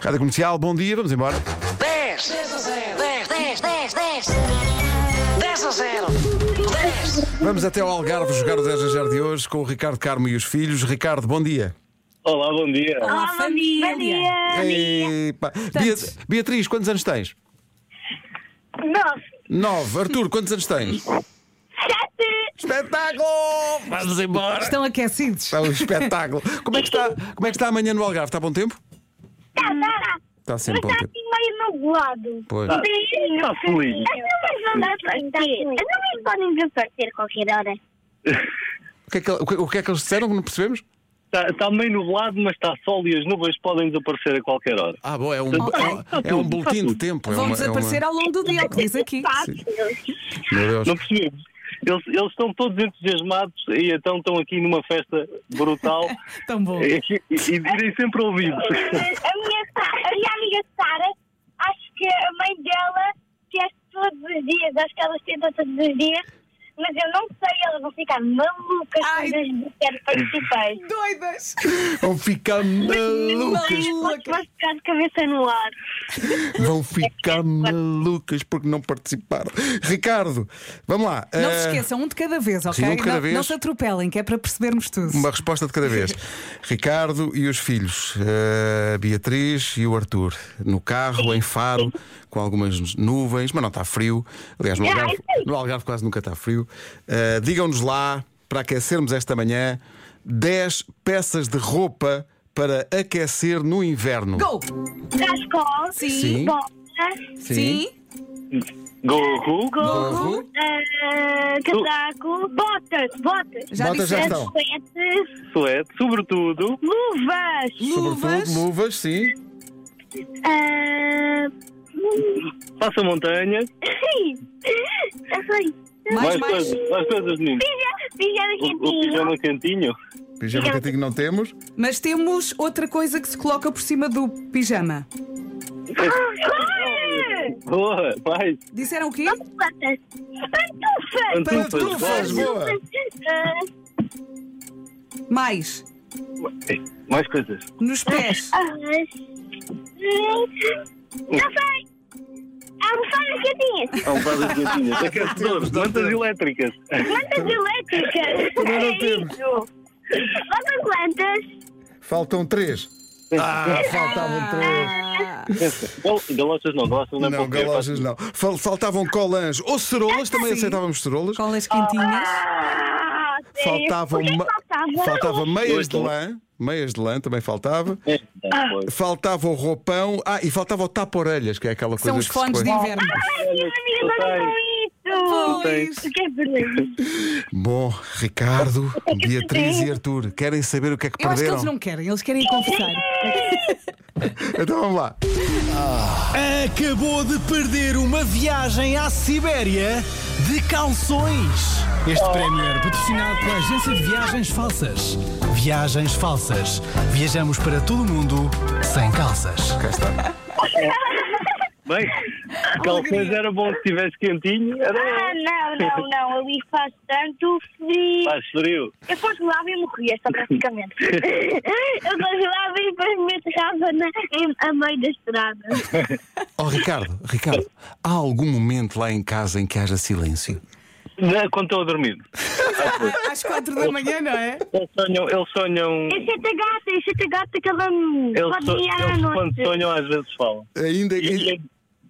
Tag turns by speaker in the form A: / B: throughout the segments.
A: Rádio Comercial, bom dia, vamos embora.
B: 10 a 0. 10, 10, 10, 10. 10 a 0. 10.
A: Vamos até ao Algarve jogar o 10 a 0 de hoje com o Ricardo Carmo e os filhos. Ricardo, bom dia.
C: Olá, bom dia.
D: Olá, família.
A: Epá. Beat- Beatriz, quantos anos tens?
E: Nove,
A: Nove. Arthur, quantos anos tens?
E: sete,
A: Espetáculo!
C: Vamos embora.
D: Estão aquecidos.
A: Está um espetáculo. Como é, que está, como é que está amanhã no Algarve? Está bom tempo?
E: tá, tá.
A: Está sempre bom
E: Mas está
A: tempo.
E: assim meio nublado.
A: Pois.
E: Está
C: Está feliz.
E: As nuvens vão dar partir. As nuvens podem desaparecer a qualquer hora.
A: O que, é que, ele- o que- o que é que eles disseram que não percebemos?
C: Está, está Tá, meio nublado, mas está sol e as nuvens podem desaparecer a qualquer hora.
A: Ah, bom, é um, é, é um boletim de tempo. É
D: Vão
A: uma- é uma-
D: desaparecer ao longo do dia, é o que diz aqui.
E: Fácil.
A: Meu
C: Não
A: Deus.
C: percebemos. Eles, eles estão todos entusiasmados e então estão aqui numa festa brutal
D: Tão bom.
A: É.
C: e, e, e irem sempre ouvidos.
E: A minha, a minha amiga Sara, acho que a mãe dela fez todos os dias, acho que ela tenta todos os dias, mas eu não sei, elas vão ficar malucas
D: Ai.
E: quando eu lhes disser que participei.
D: Doidas!
A: Vão ficar malucas.
E: Vou ficar de cabeça no ar.
A: Vão ficar malucas porque não participaram. Ricardo, vamos lá.
D: Não
A: Eh,
D: se esqueçam, um de cada vez, ok?
A: sim, um de cada
D: não,
A: vez.
D: não se atropelem, que é para percebermos tudo.
A: Uma resposta de cada vez. Ricardo e os filhos, eh, Beatriz e o Arthur, no carro, em Faro, com algumas nuvens, mas não está frio. Aliás, no Algarve, no Algarve quase nunca está frio. Eh, Digam-nos lá, para aquecermos esta manhã, 10 peças de roupa para aquecer no inverno.
D: Go!
E: Cascol,
A: Sim.
E: bola,
D: Sim.
C: Gorro,
A: Gorro.
E: Ah, casaco, botas, botas,
D: Já
A: Botas já
D: disseste.
A: estão.
E: Suetes,
C: suéte, sobretudo.
E: luvas,
D: Luvas.
A: Sobretudo luvas, sim.
E: ah,
C: Passa montanha.
E: já sei.
D: Mais,
C: Mais,
D: mais.
C: coisas, mais coisas, meninos.
E: Pijama- Pijama
C: O, o
E: quentinho,
C: pijama cantinho.
A: Pijama é que eu digo que não temos.
D: Mas temos outra coisa que se coloca por cima do pijama.
E: Ah,
C: Boa, mais.
D: Disseram o quê?
E: Botas, pantufas,
A: Pantufas,
C: boa.
A: boa.
E: Ah,
D: Mais.
C: Mais coisas.
D: Nos pés.
E: ah, hum, já sei. Almofadas quentinhas,
C: Almofadas cantinhas. Aquecedores, mantas elétricas.
E: plantas elétricas.
A: Também não temos.
E: isso. Botas plantas.
A: Faltam três. Ah, faltavam três.
D: Ah,
C: Gal- Galochas não, galochas não é
A: Não,
C: pouco tempo.
A: galojas não. Fal- Faltavam colãs ou
C: Ah,
A: cerolas, também
D: Sim.
A: aceitávamos cerolas.
D: colas quentinhas.
E: Ah, sério?
A: Faltavam
E: Por que que
A: ma-
E: faltava? um
A: faltava meias
C: Dois
A: de lã, meias de lã também faltava.
C: É,
E: Ah.
C: tá, pois.
A: Faltava o roupão, ah, e faltava o tapa-orelhas, que é aquela coisa
D: São os
A: que se
D: fones de
A: põe.
D: inverno.
E: Ai, minhas amigas adoram isso.
D: Pois.
E: O que é verdade?
A: Bom, Ricardo,
C: é
A: Beatriz e Arthur, querem saber o que é que
D: Eu acho que
A: perderam?
D: eles não querem, eles querem confessar.
A: Então vamos lá.
F: Acabou de perder uma viagem à Sibéria de calções. Este prémio era patrocinado pela agência de viagens falsas. Viagens falsas. Viajamos para todo o mundo sem calças.
A: Cá está.
C: Bem, calções era bom se estivesse quentinho. Era
E: Ah, não, não, não. Ali faz tanto frio.
C: mais Ah, frio.
E: Eu congelava e morria, só praticamente. Eu congelava e depois me aterrava na, em, a meio da estrada.
A: Oh, Ricardo, Ricardo, há algum momento lá em casa em que haja silêncio?
C: Não, Quando estão a dormir. Ah,
D: Às quatro da manhã, não é?
C: Eles sonham. Eles sonham.
E: Esse é da gata, esse é da gata que ela me
C: Eles,
E: pode
C: so-
E: guiar à
C: eles quando
E: noite.
C: sonham às vezes falam.
A: Ainda
C: E,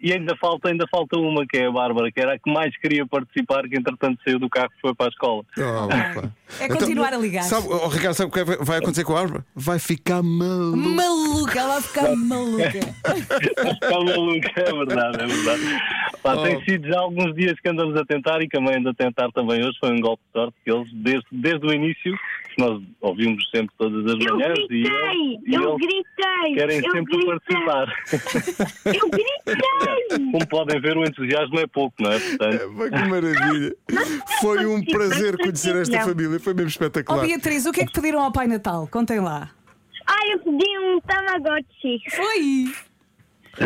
C: e ainda falta, ainda falta uma que é a Bárbara, que era a que mais queria participar, que entretanto saiu do carro e foi para a escola.
A: Oh, opa.
D: É continuar a ligar.
A: Sabe, oh, Ricardo, sabe o que é- vai acontecer com a árvore? Vai ficar maluco.
D: Maluca, ela vai ficar maluca.
C: Está maluco, é verdade, é verdade. Pá, Tem sido já alguns dias que andamos a tentar e que a mãe anda a tentar também hoje. Foi um golpe de sorte que eles, desde, desde o início, nós ouvimos sempre todas as
E: Eu
C: manhãs e
E: gritei,
C: eles- e
E: eu
C: eles
E: gritei.
C: querem
E: eu
C: sempre
E: gritei,
C: participar.
E: Eu gritei.
C: Como podem ver, o entusiasmo é pouco, não é? Portanto,
A: Epá, Que maravilha! Foi um prazer conhecer esta
E: Não.
A: família, foi mesmo
D: Ó
A: espetacular.
D: Beatriz, o que é que pediram ao Pai Natal? Contem lá.
E: Ai, eu pedi um Tamagotchi.
D: Foi!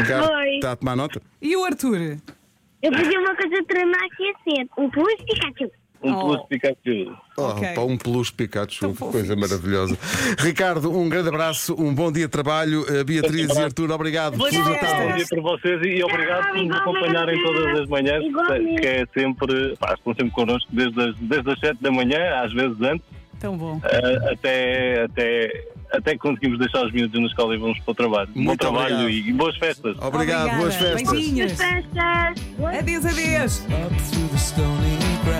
A: Ricardo,
E: Oi.
A: está a tomar nota?
D: E o Arthur?
E: assim, Eu pedi uma coisa para me aquecer. Um Pikachu.
C: Um
D: Oh.
C: plus Pikachu.
A: Oh,
D: Ok.
A: pá, um peluche Pikachu,
D: Tão
A: que
D: fofinho.
A: coisa maravilhosa. Ricardo, um grande abraço, um bom dia de trabalho. Eh, Beatriz e Arthur, obrigado.
D: Boas
A: Feliz
D: festas.
A: Natal.
C: Bom dia para vocês e obrigado por nos acompanharem todas as manhãs, que é sempre, pá, estão sempre connosco desde as, desde as 7 da manhã, às vezes antes,
D: Tão bom.
C: eh, até, até, até que conseguimos deixar os miúdos na escola e vamos para o trabalho. Bom
A: Muito
C: trabalho
A: obrigado.
C: e boas festas.
A: Obrigado, boas
D: Obrigada.
A: festas.
D: Beijinhos.
E: Festas.
D: Adeus, adeus.
F: Up through the stony ground.